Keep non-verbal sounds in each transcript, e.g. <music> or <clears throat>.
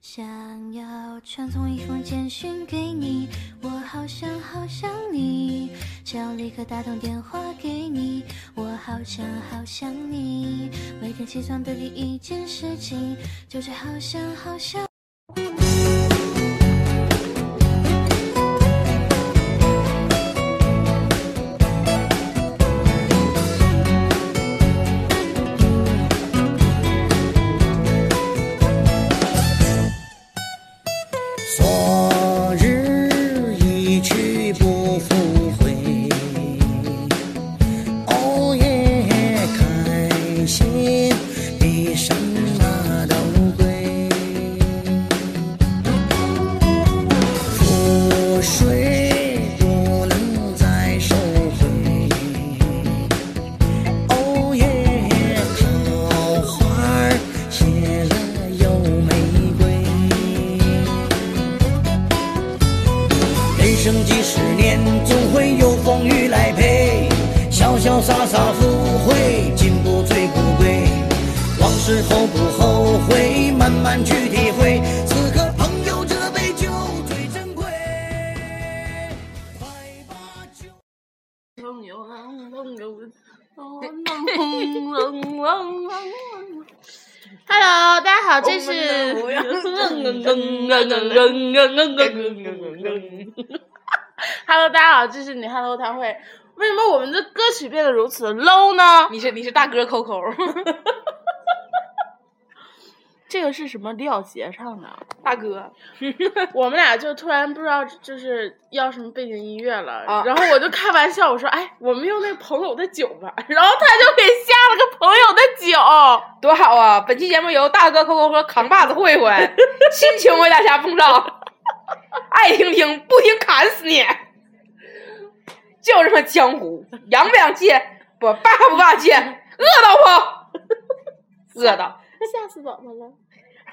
想要传送一封简讯给你，我好想好想你；想立刻打通电话给你，我好想好想你。每天起床的第一件事情就是好想好想。昨日一去不复回，熬夜开心，比什么都贵。覆水不能再收回，熬夜哦桃花谢了又玫瑰。人生几十年，总会有风雨来陪。潇潇洒洒赴会，进步最不贵。往事后不后悔，慢慢去体会。此刻朋友这杯酒最珍贵。快把酒。朋友啊，朋友，Hello， Hello，大家好，这我们是的。模样 <laughs> Hello，大家好，这是女汉后堂会。为什么我们的歌曲变得如此的 low 呢？你是你是大哥 Coco， <laughs> 这个是什么廖杰唱的？大哥， <laughs> 我们俩就突然不知道就是要什么背景音乐了，啊然后我就开玩笑我说：“哎，我们用那朋友的酒吧。”然后他就给下了个朋友的 <laughs> 酒。多好啊！本期节目由大哥 Coco 和扛把子慧慧亲情为大家奉上，爱听听，不听砍死你！就这么江湖，洋不洋气？不霸不霸气？饿到不？饿到。吓死宝宝了！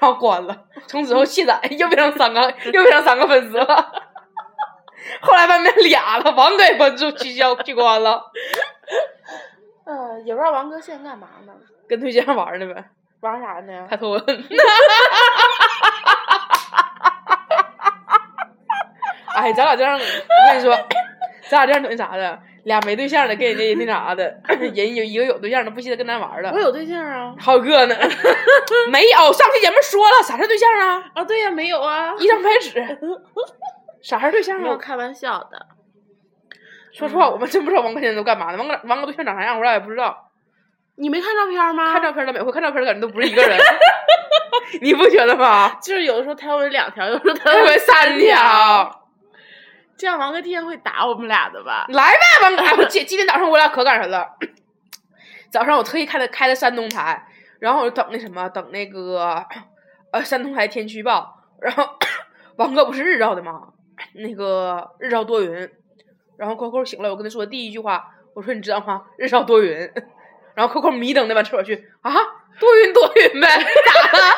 然后关了。从此后卸载，又变成三个，又变成三个粉丝了。后来外面俩了，王哥也关注取消取关了，呃，也不知道王哥现在干嘛呢，跟对象玩呢呗，玩啥呢？抬头纹。 <laughs> 哎，咱俩这样，我跟你说，咱俩这样等于啥的？俩没对象的跟人家也那啥的， <coughs> 人有一个有对象的不稀得跟咱玩了我，有对象啊！好个呢， <laughs> 没有。上期节目说了，啥是对象啊？啊，对呀、没有啊，一张白纸，啥是对象没啊有？开玩笑的。说实话，我们真不知道王哥现在都干嘛呢。王哥，王哥对象长啥样，我俩也不知道。你没看照片吗？看照片的，每回看照片的感觉都不是一个人， <laughs> 你不觉 <laughs> 得吗？就是有的时候他有两条，有的时候他 <laughs> 来回三条，这样王哥天天会打我们俩的吧？来呗，王哥。哎，我今今天早上我俩可赶上了。 <clears throat> 早上我特意开的开的山东台，然后我就等那什么，等那个呃山东台天气预报。然后 <coughs> 王哥不是日照的吗？那个日照多云。然后 Coco 醒了，我跟他说的第一句话，我说你知道吗？日照多云。 <laughs> 然后 Coco 迷瞪的往厕所去啊，多云多云呗， <laughs> 咋了？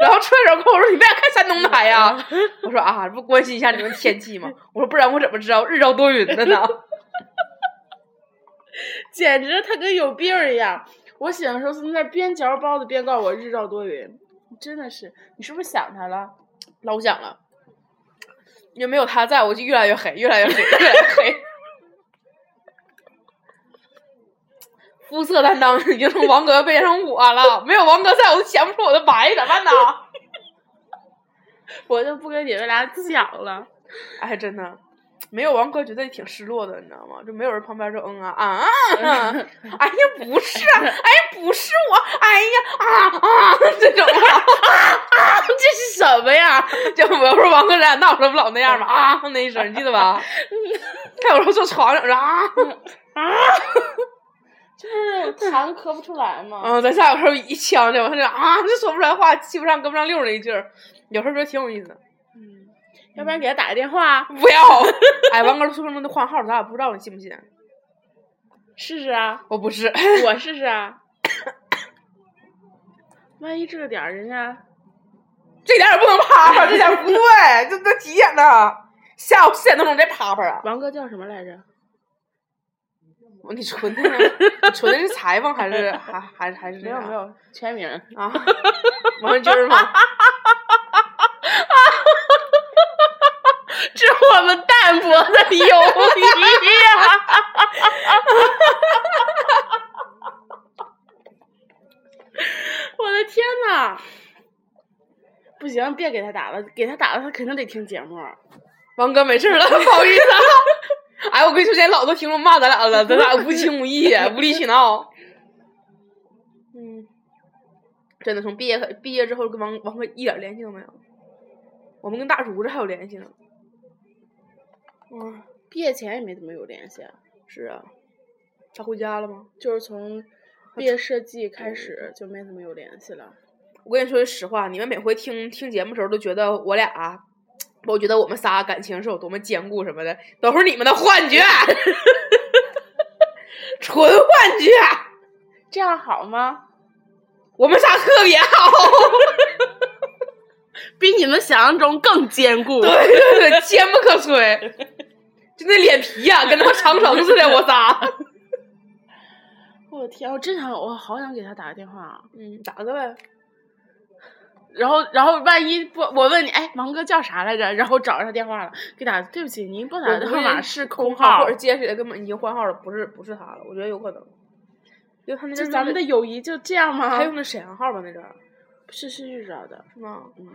然后出来时候跟我说你为啥看山东台呀、我说啊，这不关心一下你们天气吗？我说不然我怎么知道日照多云的呢？简直他跟有病儿一样。我小时候在那边嚼包子边告诉我日照多云，真的是，你是不是想他了？老想了，因为没有他在，我就越来越黑，越来越黑，越来越黑。肤色担当已经从王哥变成我了，没有王哥在，我都显不出我的白，咋办呢？我就不跟你们俩讲了。哎，真的，没有王哥觉得挺失落的，你知道吗？就没有人旁边说嗯啊啊，哎呀不是啊，哎呀不是我，哎呀啊啊这种啊啊，这是什么呀？ <laughs> 就我说王哥咱俩闹时候不老那样吗？啊那一声，你记得吧？还有时候坐床上说啊，就是痰咳不出来嘛。嗯，咱下有时候一呛就他就啊，这说不出来话，气不上跟不上溜那一劲儿，有时候觉得挺有意思的。嗯，要不然给他打个电话不要， <laughs> 哎，王哥说什么都换号，咱俩不知道，你信不信？试试啊，我不是。 <laughs> 我试试啊。万一这个点儿人家这点儿也不能啪啪，这点儿不对，这都几点了？下午四点多钟再啪啪啊！王哥叫什么来着？我你存的呢？你存的是裁缝还是还还还是 <laughs> 啊没有没有，全名儿。啊？王军儿吗？我们淡薄的友谊啊呀、 <laughs> 我的天呐！不行，别给他打了，给他打了，他肯定得听节目。王哥没事了，不好意思啊。 <laughs> 哎，我跟你说，现在老多听众骂咱俩了，咱俩无情无义，无理取闹。嗯，真的，从毕业开毕业之后跟王王哥一点联系都没有。我们跟大竹子还有联系呢。嗯，毕业前也没怎么有联系，是啊，他回家了吗？就是从毕业设计开始就没怎么有联系了。我跟你说句实话，你们每回听听节目的时候都觉得我俩啊，我觉得我们仨感情是有多么坚固什么的，都是你们的幻觉， <laughs> 纯幻觉。这样好吗？我们仨特别好， <laughs> 比你们想象中更坚固。对对对，坚不可摧。就那脸皮呀、跟他妈长城似的，我仨。我的天，我真想，我好想给他打个电话啊。嗯，打个呗。然后，然后万一不，我问你，哎，王哥叫啥来着？然后找着他电话了，给打，对不起，您拨打的号码是空号或者。接起来根本已经换号了，不是不是他了，我觉得有可能。因为他那阵就儿咱们的友谊就这样吗？他用的沈阳号吧那阵儿是是是找的，是吗？嗯。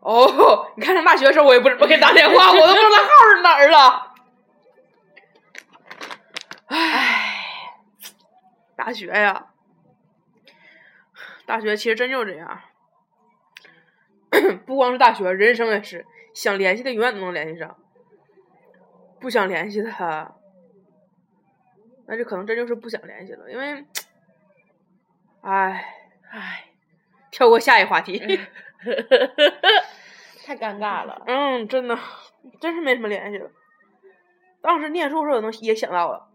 哦，你看上大学的时候，我也不是不给打电话，我都不知道他号是哪儿了。唉，大学呀，大学其实真就是这样， <coughs> 不光是大学，人生也是，想联系的永远都能联系上，不想联系的，那就可能真就是不想联系了，因为，唉，唉，跳过下一话题。 <laughs> 太尴尬了。嗯，真的，真是没什么联系了。当时念书的时候也能也想到了，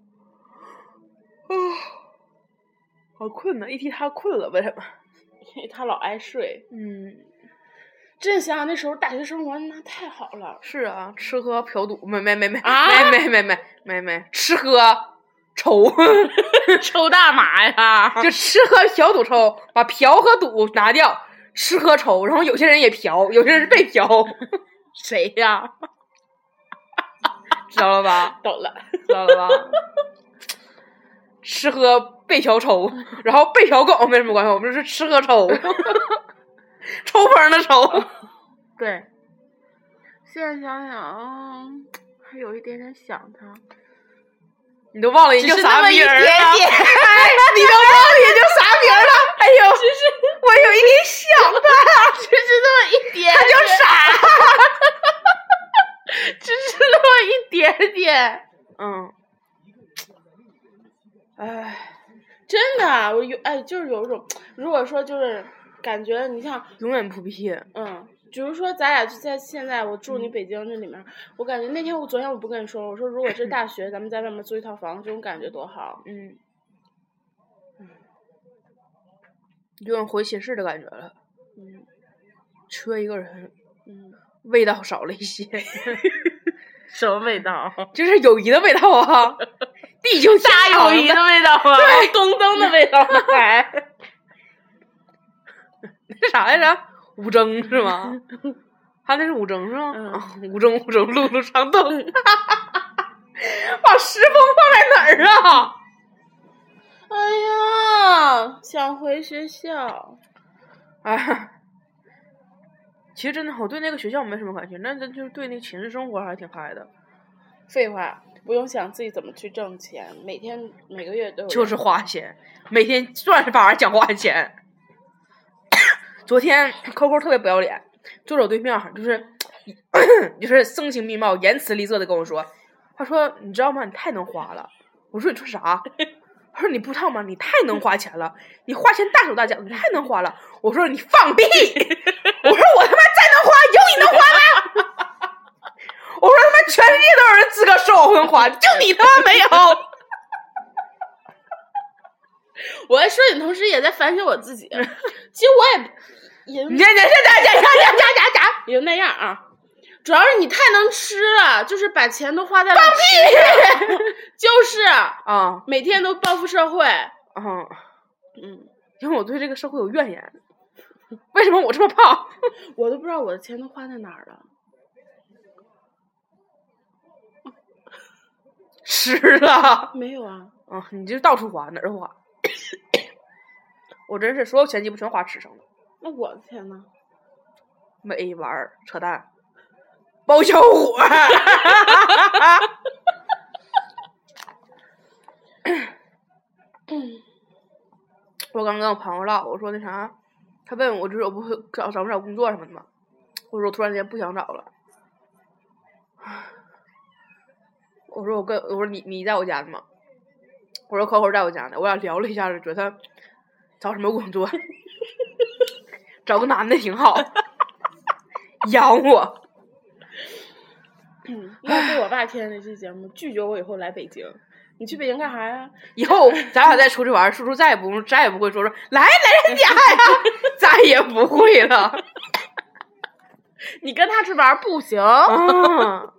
啊，好困呐！一提他困了，为什么？他老爱睡，嗯，真想想那时候大学生活那太好了。是啊，吃喝嫖赌，没没没没、啊没没没没没没，吃喝 <laughs> 抽， <laughs> 抽大麻呀！就吃喝嫖赌抽，把嫖和赌拿掉，吃喝抽，然后有些人也嫖，有些人是被嫖，谁呀？ <laughs> 知道了吧？懂了。知道了吧？吃喝被嫖抽，然后被嫖跟我们没什么关系，我们是吃喝抽，抽风的抽。对，现在想想，嗯，还有一点点想他。你都忘了人叫啥名儿了？只是那么一点点哎，你都忘了人叫啥名儿了？哎呦，只是我有一点想他，只是那么一点，他叫啥？只是那么一点点。嗯，哎，真的，我有哎，就是有一种，如果说就是感觉你像，永远不屁。嗯，比如说咱俩就在现在，我住你北京这里面，我感觉那天我昨天我不跟你说了，我说如果是大学，咱们在外面租一套房，这种感觉多好。嗯，有种回寝室的感觉了，嗯缺一个人，嗯，味道少了一些， <laughs> 什么味道？就是友谊的味道啊， <laughs> 地久天大长友谊的味道啊，对东东的味道吗？ <laughs> 还那啥来着？五筝是吗？他那是五筝是吗？嗯啊五筝五筝，路路长灯。 <laughs> 把石峰放在哪儿啊？哎呀，想回学校。 <laughs> 哎，其实真的，我对那个学校没什么感情，但是就是对那个寝室生活还挺嗨的，废话，不用想自己怎么去挣钱，每天每个月都有就是花钱，每天赚着法儿讲花钱。 <coughs> 昨天 Coco 特别不要脸，坐在我对面儿，就是 <coughs> 就是声情并茂、言辞利色的跟我说，他说：“你知道吗？你太能花了。”我说：“你说啥？”他说：“你不知道吗？你太能花钱了，你花钱大手大脚，你太能花了。”我说：“你放屁！”我说：“我他妈再能花，有你能花吗？” <laughs> 我说：“他妈全世界都有人资格说我会花，就你他妈没有。”我在说你同时也在反省我自 <laughs> 己，其实我也也你这你这这这这这这这这。 <laughs> 也就那样啊。主要是你太能吃了，就是把钱都花在了放屁！吃 <laughs> 就是 <laughs> 啊每天都报复社会。嗯，嗯，因为我对这个社会有怨言。为什么我这么胖？我都不知道我的钱都花在哪儿了。湿了。没有啊，啊，你就到处滑，哪儿都滑。 <coughs> 我真是所有前期不全滑齿上了，那我的天 <coughs> 呐，没哎玩儿，扯淡，包小伙儿。 <coughs> 我刚跟我朋友唠，我说那啥，他问我就是我不会找找不找工作什么的嘛，我说我突然间不想找了。我说我跟我说你你在我家呢吗？我说 Coco 在我家呢，我俩聊了一下，觉得找什么工作， <laughs> 找个男的挺好，养我。要被我爸听见这期节目，拒绝我以后来北京。你去北京干啥呀？以后咱俩再出去玩儿，叔叔再也不用，再也不会说说来来人家呀， <laughs> 再也不会 <laughs> 了。你跟他去玩儿不行，啊，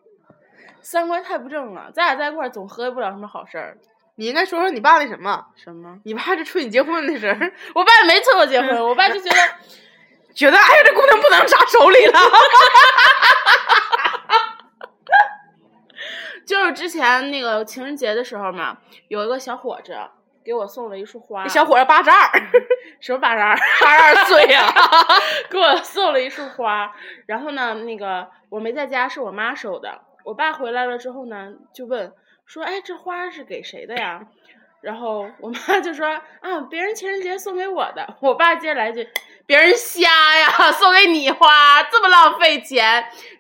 三观太不正了。咱俩在一块儿总合计不了什么好事儿。你应该说说你爸那什么，什么？你爸就催你结婚的 <laughs> 事儿，我爸没催我结婚，我爸就觉得 <laughs> 觉得哎呀这姑娘不能扎手里 <laughs> 了。就是之前那个情人节的时候嘛，有一个小伙子给我送了一束花，那小伙儿八十二，什么玩意儿？八十二岁呀、啊 <laughs> 给我送了一束花，然后呢，那个我没在家，是我妈收的。我爸回来了之后呢，就问说：“哎，这花是给谁的呀？”然后我妈就说：“啊，别人情人节送给我的。”我爸接来一句：“别人瞎呀， <laughs> 送给你花，这么浪费钱。”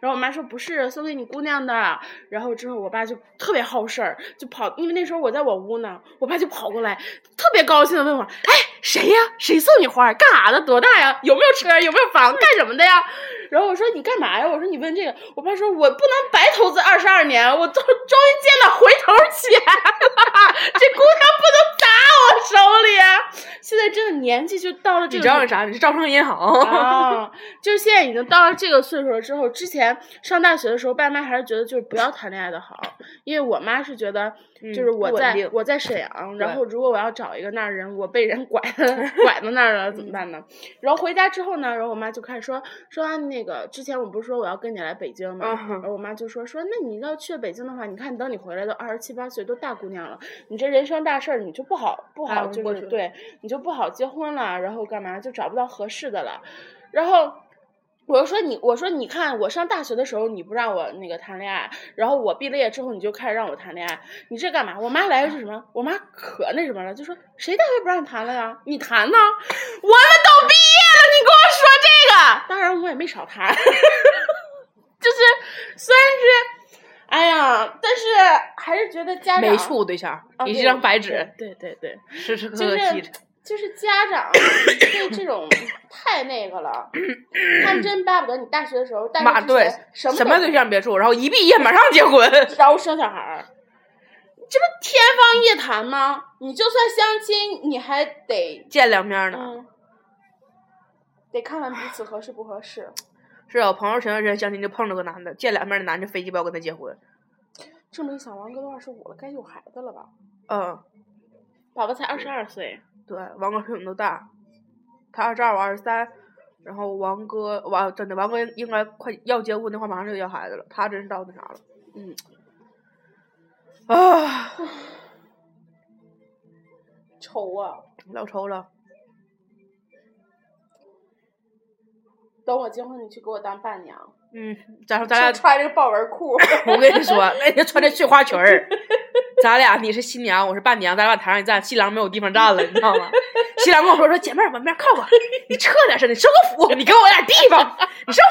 然后我妈说：“不是，送给你姑娘的。”然后之后我爸就特别好事儿，就跑，因为那时候我在我屋呢，我爸就跑过来，特别高兴的问我：“哎，谁呀？谁送你花？干啥的？多大呀？有没有车？有没有房？干什么的呀？”然后我说：“你干嘛呀？”我说：“你问这个。”我爸说：“我不能白投资二十二年，我终终于见到回头钱了， <laughs> 这姑娘不能砸我手里、啊。现在真的年纪就到了这 <laughs> 个，你知道为啥？你是招商银行。啊，就是现在已经到了这个岁数了之后，之前上大学的时候，爸妈还是觉得就是不要谈恋爱的好，因为我妈是觉得嗯就是我不稳在、定我在沈阳，然对后如果我要找一个那儿人，我被人拐拐到那儿了怎 <laughs> 么办呢？嗯然后回家之后呢，然后我妈就开始说说啊那个之前我不是说我要跟你来北京嗯吗？哼然后我妈就说说那你要去了北京的话，你看等你回来都二十七八岁，都大姑娘了，你这人生大事儿你就不好不啊好我就我是觉得对你就不好结婚了，然后干嘛就找不到合适的了，然后。我就说你，我说你看，我上大学的时候你不让我那个谈恋爱，然后我毕了业之后你就开始让我谈恋爱，你这干嘛？我妈来是什么？我妈可那什么了，就说谁大学不让谈了呀？你谈呢？我们都毕业了，你跟我说这个？当然我也没少谈， <laughs> 就是虽然是，哎呀，但是还是觉得家长 <laughs> 没处哦对象，啊你对这张白纸，对对对。对 <laughs> 时时刻就刻是记着。就是家长对这 <coughs> 种太那个了，他们真巴不得你大学的时候，大妈学之对前，什什么么都对象别处，然后一毕业马上结婚。然后生小孩儿，这不天方夜谭吗？你就算相亲，你还得见两面呢。嗯，得看看彼此合适不合适。是啊，我朋友前段时间相亲就碰着个男的，见两面的男的非鸡巴要跟他结婚。这么一想，王哥都二十五了，该有孩子了吧？嗯，宝宝才二十二岁，对，王哥比我们都大，他二十二，我二十三。然后王哥，王真的王哥应该快要结婚的话，马上就要孩子了。他真是到那啥了，嗯，啊， <sighs> 愁啊！老愁了。等我结婚，你去给我当伴娘，嗯，然后咱俩就穿这个豹纹裤。 <laughs> <laughs> 我跟你说，那天穿这碎花裙儿，咱俩你是新娘，我是伴娘，咱俩往台上一站，新郎没有地方站了，你知道吗？新郎跟我说说，姐妹儿往那边靠靠，你撤点身，你收个腹，你给我点地方，你收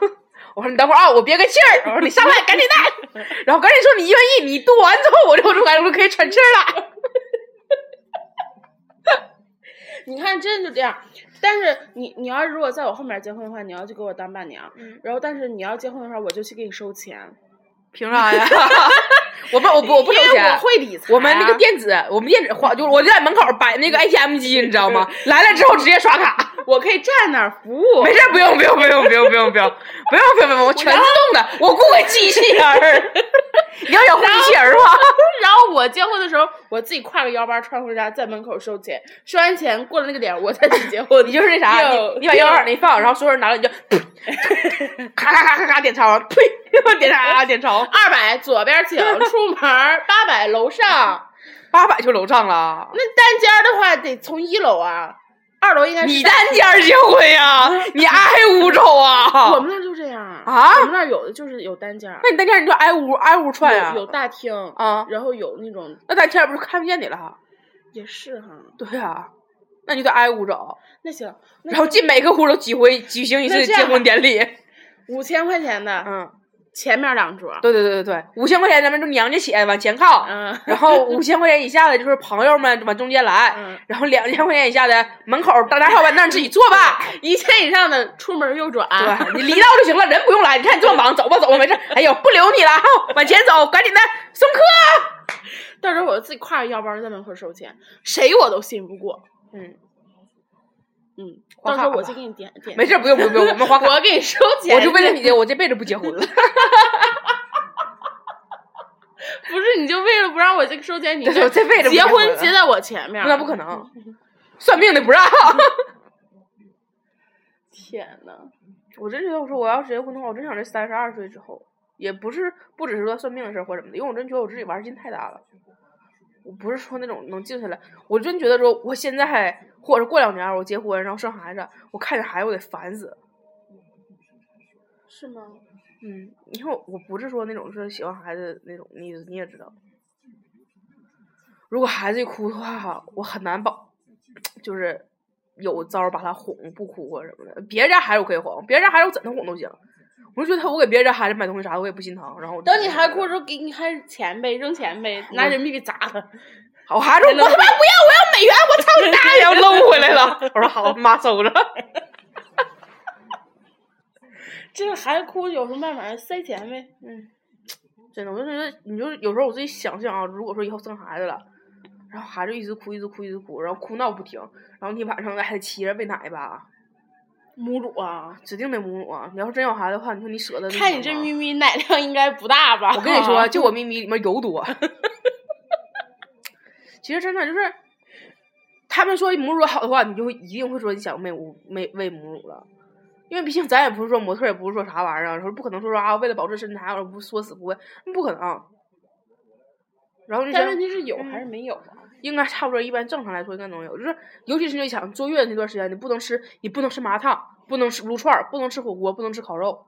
腹。我说你等会儿啊，我憋个气儿。我说你上来赶紧带，然后赶紧说你愿意，你剁完之后我就我就感觉可以喘气儿了。你看，真的就这样。但是你你要如果在我后面结婚的话，你要去给我当伴娘，嗯然后但是你要结婚的话，我就去给你收钱，凭啥呀？我不我不我不收因为我钱。会理财、我们那个，电子，我们电子花，就是我就在门口摆那个 ATM 机，你知道吗？来了之后直接刷卡。我可以站那儿服务。没事，不用不用不用不用不用不用不用不用不用，我全自动的，我雇个机器人儿。你要养活机器人儿吗？然后我结婚的时候，我自己挎个腰包穿回家，在门口收钱，收完钱过了那个点儿，我才去结婚。你就是那啥，哟你你把腰往那一放，然后所有人拿了你 <laughs> 就，咔咔咔咔咔点钞，呸， <laughs> 点啥点钞，二百左边 <laughs> 请，出门八百楼上。八百就楼上了。那单间儿的话得从一楼啊，二楼应该是你单间儿结婚呀？你挨屋走啊？我们那儿就这样啊我们那儿有的就是有单间儿，那你单间儿你就挨屋挨屋串呀有有？大厅，啊，然后有那种那单间儿不是看不见你了？也是哈。对呀，那你得挨屋走，那行，那然后进每个屋都举回举行一那次这样结婚吧典礼。五千块钱的、嗯，前面两桌，对对对对对，五千块钱咱们就娘家钱往前靠，嗯然后五千块钱以下的就是朋友们往中间来，嗯然后两千块钱以下的门口大家小板凳自己坐吧。一千以上的出门右转。对你离道就行了，人不用来。你看你这么忙，走吧走吧，没事。哎呦，不留你了， <laughs> 往前走，赶紧的送客。到时候我自己挎着腰包在门口收钱，谁我都信不过。嗯，嗯，花到时候卡我吧去给你点点。没事，不用不用不用，我们花卡。 <laughs> 我给你收钱。我就为了你，我这辈子不结婚了。不是，你就为了不让我这个收钱，你对我这辈子不结结婚婚了结在我前面，那不可。能， <laughs> 算命的不让。天呐，我真觉得，我说我要是结婚的话，我真想在三十二岁之后，也不是不只是说算命的事儿或者什么的，因为我真觉得我自己玩儿劲太大了。我不是说那种能静下来，我真觉得说我现在或者是过两年儿我结婚然后生孩子，我看着孩子我得烦死。是吗？嗯，因为我不是说那种是喜欢孩子那种，你你也知道，如果孩子一哭的话，我很难保，就是有招儿把他哄不哭啊或者什么的。别人家孩子我可以哄，别人家孩子我怎么哄都行。我就觉得我给别人家孩子买东西啥的，我也不心疼。然后我就等你觉还得哭的时候，给你还钱呗，扔钱呗，拿人民币砸他。好我孩子说，我他妈不要，我要美元，我操你大爷，我搂回来了。我说好，妈收着。这孩子哭有什么办法？塞钱呗。嗯， <laughs> 真的，我就觉得，你就是有时候我自己想象啊，如果说以后生孩子了，然后孩子一直哭，一直哭，一直哭，然后哭闹不停，然后你晚上还得骑着喂奶吧，母乳啊，指定得母乳啊。你要是真有孩子的话，你说你舍得？看你这咪，咪奶量应该不大吧？啊我跟你哦说，就我咪咪里面油多。 <laughs> 其实真的就是，他们说母乳好的话，你就会一定会说你想喂母喂喂母乳了。因为毕竟咱也不是说模特儿，也不是说啥玩意儿啊，然后不可能说说啊，为了保持身材而不说死不喂，嗯不可能。然后 <laughs> 就但像问题是有嗯还是没有啊？应该差不多，一般正常来说应该能有，就是尤其是你想坐月子那段时间，你不能吃，你不能吃麻辣烫，不能吃撸串儿，不能吃火锅，不能吃烤肉，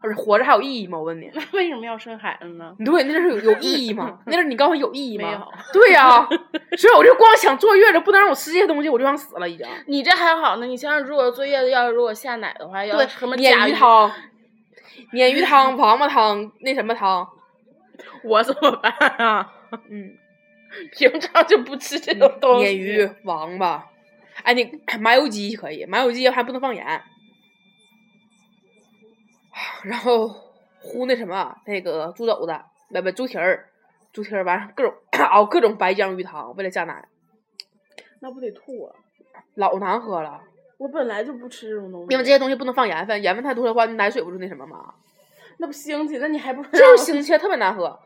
而且活着还有意义吗？我问你，那为什么要生孩子呢？ <laughs> 你对那阵儿有有意义吗？那阵儿你告诉我有意义没吗有？ <laughs> 对 <laughs> 呀、所以我就光想坐月子，不能让我吃这些东西，我就想死了已经。你这还好呢，你想想，如果坐月子要是如果下奶的话，要对，什么甲鲶鱼汤、鲶鱼汤、王八汤、那什么汤，我怎么办啊？嗯，平常就不吃 <laughs> 这种东西。鲶鱼、王八，哎，你麻油鸡可以，麻油鸡还不能放盐。然后烀那什么那个猪肘子，不不猪蹄儿，猪蹄儿完事儿各种 <coughs> 熬各种白浆鱼汤，为了下奶，那不得吐啊！老难喝了。我本来就不吃这种东西，因为这些东西不能放盐分，盐分太多的话，奶水不就那什么吗？那不腥气，那你还不如就是腥气，特别难喝。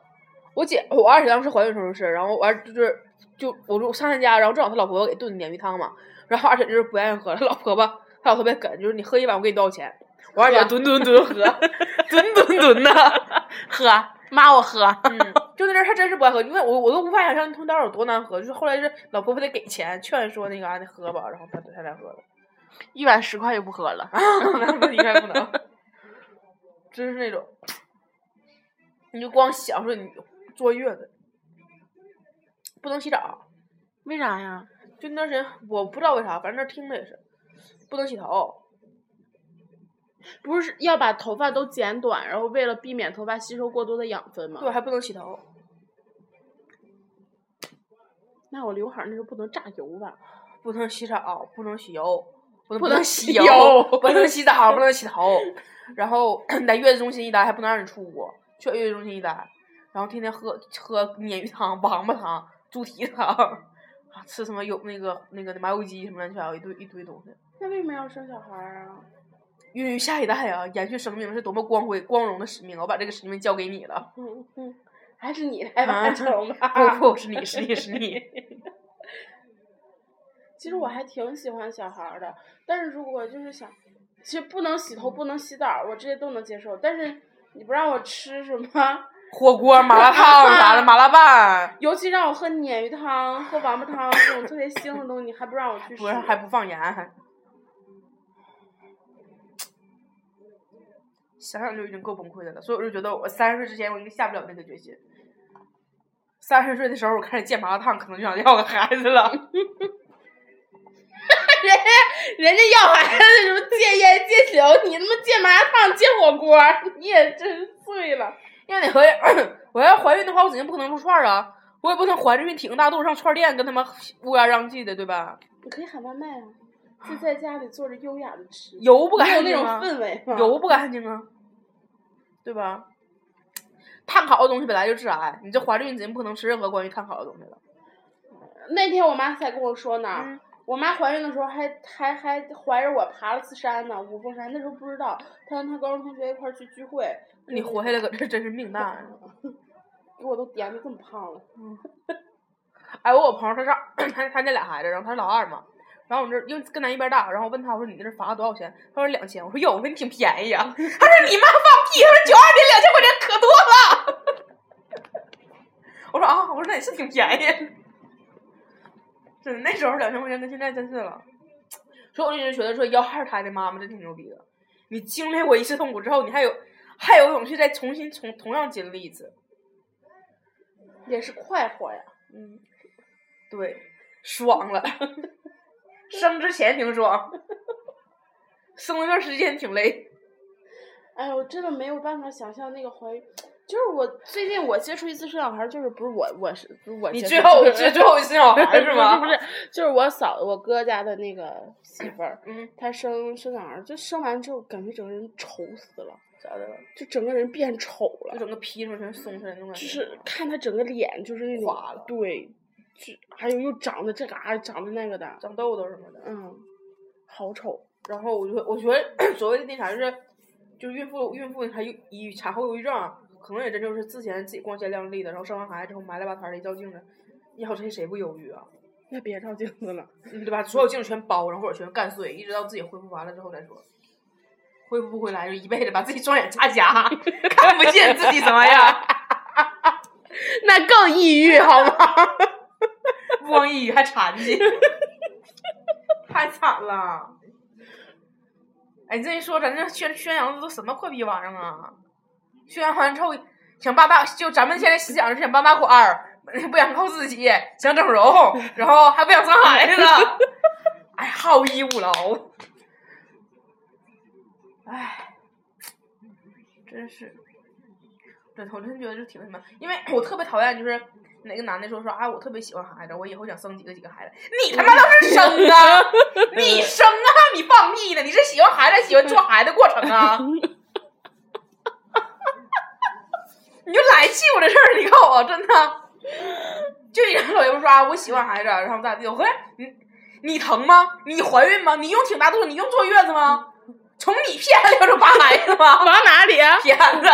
我姐，我二姐当时怀孕的时候是，然后完就是就我就上她家，然后正好她老婆婆给炖鲶鱼汤嘛，然后二婶就是不愿意喝，她老婆婆她老特别梗，就是你喝一碗我给你多少钱，我二姐喝吨吨吨喝，吨吨 <laughs> 吨呐，喝，妈我喝。嗯，就那阵儿她真是不爱喝，因为我我都无法想象那通道有多难喝，就是后来是老婆婆得给钱劝说那个啊你喝吧，然后她她才喝的。一碗十块就不喝了。 <laughs> 那应该不能，真是那种，你就光想说你坐月子，不能洗澡，为啥呀？就那段时间我不知道为啥，反正那听着也是，不能洗头，不是要把头发都剪短，然后为了避免头发吸收过多的养分吗？对，。还不能洗头，那我刘海儿那就不能炸油吧？不能洗澡，不能洗油，不不能不能能洗洗油油，不能洗澡，不能洗头，然后 <clears throat> 在月子中心一待还不能让你出国，去月子中心一待，然后天天喝喝鲶鱼汤、王八汤、猪蹄汤。啊吃什么有那个那个麻油鸡什么乱七八糟一堆一堆东西，那为什么要生小孩儿啊？孕育下一代啊，延续生命是多么光辉光荣的使命啊！我把这个使命交给你了，嗯嗯， <laughs> 还是你来啊完成吧。不 <laughs> 不是你是你是你，其实我还挺喜欢小孩儿的，但是如果就是想，其实不能洗头、不能洗澡，我这些都能接受。但是你不让我吃什么，火锅、麻辣烫啥的，麻辣拌，尤其让我喝鲶鱼汤、喝王八汤这种特别腥的东西，你还不让我去吃不，是还不放盐，想想就已经够崩溃的了。所以我就觉得我三十岁之前我应该下不了那个决心。三十岁的时候，我开始戒麻辣烫，可能就想要个孩子了。 <laughs> 人家人家要孩子什么戒烟戒酒，你他妈戒麻辣烫戒火锅，你也真醉了。因为你合计，我要怀孕的话，我肯定不可能撸串儿啊，我也不能怀着孕挺个大肚子上串儿店跟他们乌烟瘴气的，对吧？你可以喊外卖啊，就在家里坐着优雅的吃，有油不干净有那种啊氛围吗？油不干净啊，对吧？碳烤的东西本来就致癌，你这怀着孕肯定不能吃任何关于碳烤的东西了。那天我妈才跟我说呢，嗯我妈怀孕的时候还还还怀着我爬了次山呢，五峰山，那时候不知道，她跟她高中同学一块儿去聚会，你活下来搁这真是命大啊！给我都颠的这么胖了，哎，我有朋友他是 <clears throat> 他他那俩孩子，然后他是老二嘛，然后我这因为跟咱一边大，然后我问他我说你那是罚多少钱？他说两千。我说哟，我说你挺便宜啊。他说你妈放屁！他说九二年两千块钱可多了。 <laughs> 我说啊，我说那也是挺便宜。真的，那时候两千块钱跟现在真是了。所以我就一直觉得说要二胎的妈妈真挺牛逼的，你经历过一次痛苦之后，你还有还有勇气再重新从同样经历一次。也是快活呀。嗯，对，爽了。生之前挺爽，生了段时间挺累。哎呦，我真的没有办法想象那个怀孕，就是我最近我接触一次生小孩儿，就是不是我我是不是我你接最触后就是最最后一次小孩不是是吗？ <laughs> 不是，就是我嫂我哥家的那个媳妇儿，嗯，她生生小孩儿，就生完之后感觉整个人丑死了，咋的了？就整个人变丑了就。整个皮什么全松下来那种感就觉。是看他整个脸就是那种垮了对，就还有又长得这嘎、长得那个的，长痘痘什么的。嗯，好丑。然后我就我觉得 <clears throat> 所谓的那啥就是，就是孕妇孕妇还有以产后忧郁症啊，可能也真就是之前自己光鲜亮丽的，然后生完孩子之后埋了吧摊儿的一照镜子，要谁谁不忧郁啊？那别照镜子了，嗯对吧？所有镜子全包，然后或者全干碎，一直到自己恢复完了之后再说。恢复不回来就一辈子把自己双眼插瞎， <laughs> 看不见自己什么样， <laughs> 那更抑郁好吗？不光抑郁还残疾，太惨了。哎，你这一说，咱这宣宣扬的都什么破逼玩意儿啊？宣扬完之后想傍大，就咱们现在思想是想傍大款儿，不想靠自己，想整容， <laughs> 然后还不想生孩子， <laughs> 哎，好逸恶劳。唉，真是，对，我真觉得就挺那什么，因为我特别讨厌就是哪个男的说说啊，我特别喜欢孩子，我以后想生几个几个孩子，你他妈倒是生啊，你生啊，你放屁呢？你是喜欢孩子，喜欢做孩子过程啊？你就来气我这事儿，你看我真的，就有个老爷们说啊，我喜欢孩子，然后咋地？我合计你你疼吗？你怀孕吗？你用挺大肚子，你用坐月子吗？从你屁眼里边就扒孩子吗？往哪里？ <laughs> 骗子，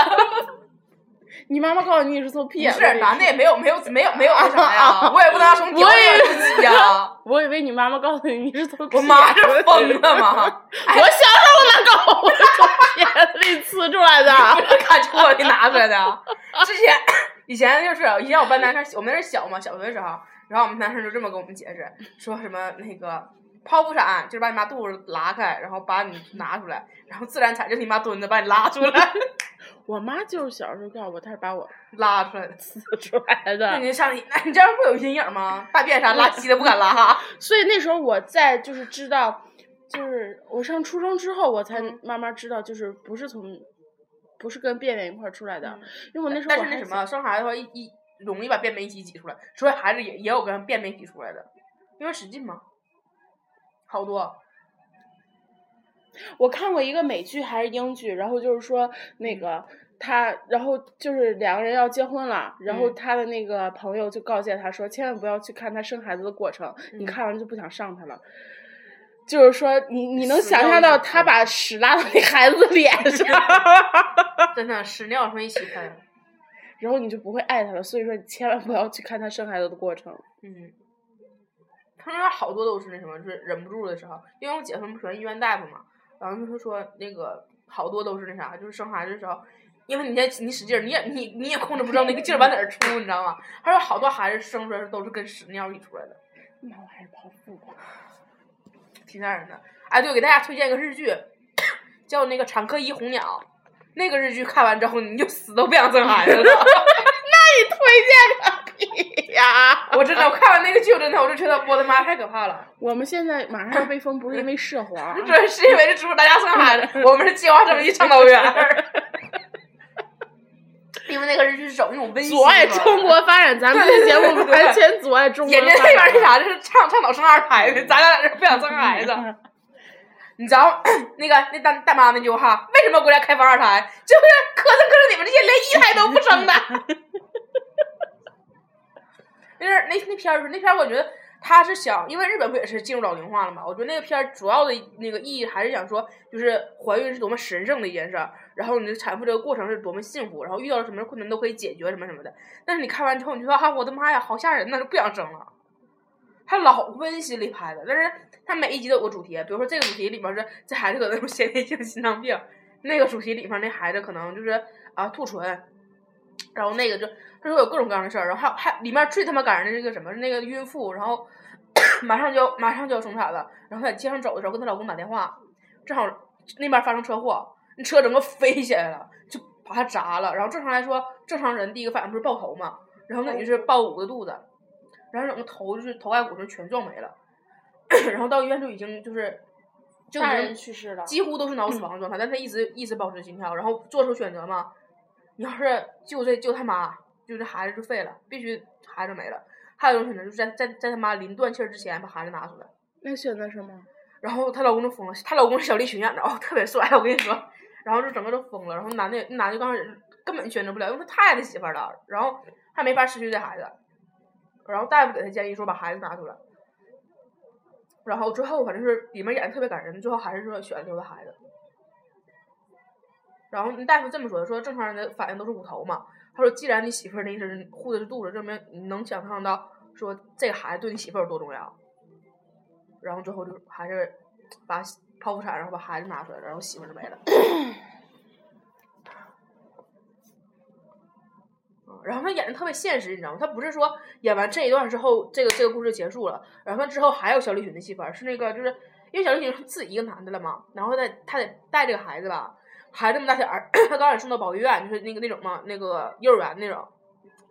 你妈妈告诉你是做屁不眼是男的也没有没有没有没有那啥呀，我也不能从屌啊我里也入呀。我以为你妈妈告诉你你是做屁 <laughs> 我眼妈这疯 <laughs> 了吗？哎我小时候哪搞我从屁眼里呲出来 <laughs> 不的？是看出我给拿出来的。啊之前以前就是以前我班男生，我们那儿小嘛，小学的时候，然后我们男生就这么跟我们解释，说什么那个剖腹产就是把你妈肚子拉开，然后把你拿出来，然后自然产就是你妈蹲着把你拉出来， <laughs> 我妈就是小时候告诉我，她是把我拉出来 <laughs> 的。呲出来的。那你上你那你这样不有阴影吗？大便啥拉稀的不敢拉，所以那时候我在就是知道，就是我上初中之后，我才慢慢知道，就是不是从，不是跟便便一块儿出来的，因为我那时候嗯但我是那还什么生孩子的话一一容易把便便一起挤出来，所以孩子也也有跟便 <laughs> 便一起出来的，因为使劲嘛，好多。我看过一个美剧还是英剧，然后就是说那嗯个他，然后就是两个人要结婚了，然后嗯他的那个朋友就告诫他说，千万不要去看他生孩子的过程，你嗯看完就不想上他了。就是说，你你能死掉想象一到种他把屎拉到那孩子脸 <laughs> 上，真的屎尿什么一起喷。然后你就不会爱他了。所以说，你千万不要去看他生孩子的过程。嗯，他们那儿好多都是那什么，就是忍不住的时候，因为我姐夫们喜欢医院大夫嘛，然后就是说那个好多都是那啥，就是生孩子的时候，因为你先你使劲儿，你也你你也控制不住那个 <laughs> 劲儿往哪儿出，你知道吗？他说好多孩子生出来都是跟屎尿一出来的，那我还是剖腹吧。 <laughs> 挺吓人的。哎，对，给大家推荐一个日剧，叫那个《产科医红鸟》，那个日剧看完之后，你就死都不想生孩子了。 <laughs> 推荐个屁呀！ <laughs> 我真的，我看完那个剧，我真的我就觉得我的妈太可怕了。我们现在马上要被封，不是因为涉黄啊，对，是因为这主大家生孩子，我们是计划生育倡导员儿。 <laughs> 因为那个人是走那种温馨阻碍嘛中，国发展。咱们这节目完全阻碍中国人家发展。那边儿是啥？就是倡倡导生二胎的，咱俩在这不想生孩子。你知道 <clears throat> 那个那大大妈那句话，为什么国家开放二胎？就是磕碜磕碜你们这些连一胎都不生的。 <laughs> 那是那那片儿，那片儿我觉得他是想，因为日本不也是进入老龄化了嘛？我觉得那个片儿主要的那个意义还是想说，就是怀孕是多么神圣的一件事儿，然后你的产妇这个过程是多么幸福，然后遇到了什么困难都可以解决什么什么的。但是你看完之后，你觉得啊，我的妈呀，好吓人呐，就不想生了。他老温馨里拍的，但是他每一集都有个主题，比如说这个主题里面是这孩子有那种先天性心脏病，那个主题里面那孩子可能就是啊兔唇，然后那个就他说有各种各样的事儿，然后还有还里面最他妈感人的是个什么是那个孕妇，然后 <clears throat> 马上就要马上就要生产了，然后在街上走的时候跟她老公打电话，正好那边发生车祸，那车整个飞起来了，就把她砸了，然后正常来说正常人第一个反应不是抱头嘛，然后那也是抱五个肚子。然后整个头就是头盖骨就全撞没了，然后到医院就已经就是就已大经人去世了，几乎都是脑死亡的状态，但他一直一直保持心跳，然后做出选择嘛，你要是救这救他妈，就这孩子就废了，必须孩子没了。还有一种选择就是在在在他妈临断气儿之前把孩子拿出来，那选择什么？然后她老公就疯了，她老公是小栗旬演的，哦，特别帅，我跟你说，然后就整个都疯了，然后男的男的刚开始根本选择不了，因为他太爱他媳妇儿了，然后还没法失去这孩子，然后大夫给他建议说把孩子拿出来，然后最后反正是里面演的特别感人，最后还是说选留的孩子，然后大夫这么说的，说正常人的反应都是捂头嘛，他说既然你媳妇儿那意思是护的是肚子，证明你能想象到说这个孩子对你媳妇儿有多重要。然后最后就还是把剖腹产，然后把孩子拿出来了，然后媳妇儿就没了。嗯然后他演的特别现实，你知道吗？他不是说演完这一段之后，这个这个故事结束了，然后之后还有小栗旬的戏份儿，是那个就是因为小栗旬是自己一个男的了嘛，然后他得他得带这个孩子吧，孩子那么大点儿， <coughs> 他刚开始送到保育院，就是那个那种嘛，那个幼儿园那种，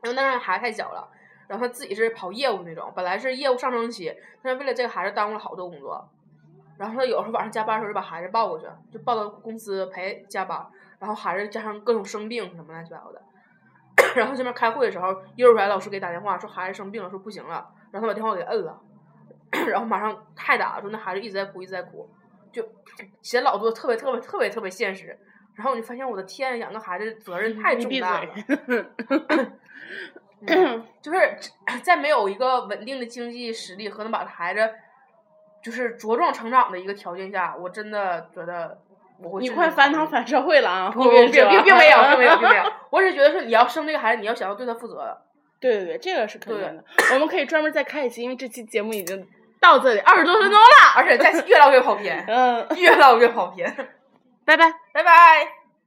然后但是孩子太小了，然后他自己是跑业务那种，本来是业务上升期，但是为了这个孩子耽误了好多工作。然后他有时候晚上加班的时候就把孩子抱过去，就抱到公司陪加班，然后孩子加上各种生病什么乱七八糟的。然后这边开会的时候，幼儿园老师给打电话说孩子生病了，说不行了，然后他把电话给摁了，然后马上太打了，说那孩子一直在哭，一直在哭，就写老多特别特别特别特别现实。然后我就发现我的天，养个孩子责任太你重闭大嘴了。嗯就是 <coughs> 在没有一个稳定的经济实力和能把孩子就是茁壮成长的一个条件下，我真的觉得我会你深快深翻考堂虑反社会了啊！不后不面并是吧并并没有并没有并 <laughs> 没有，我只是觉得说你要生这个孩子，你要想要对他负责。对对对，这个是肯定对的。我们可以专门再开一期，因为这期节目已经到这里二十多分钟了。 <laughs> 而且在越唠越跑偏，嗯，越唠越跑偏。 <laughs> 拜拜。拜拜。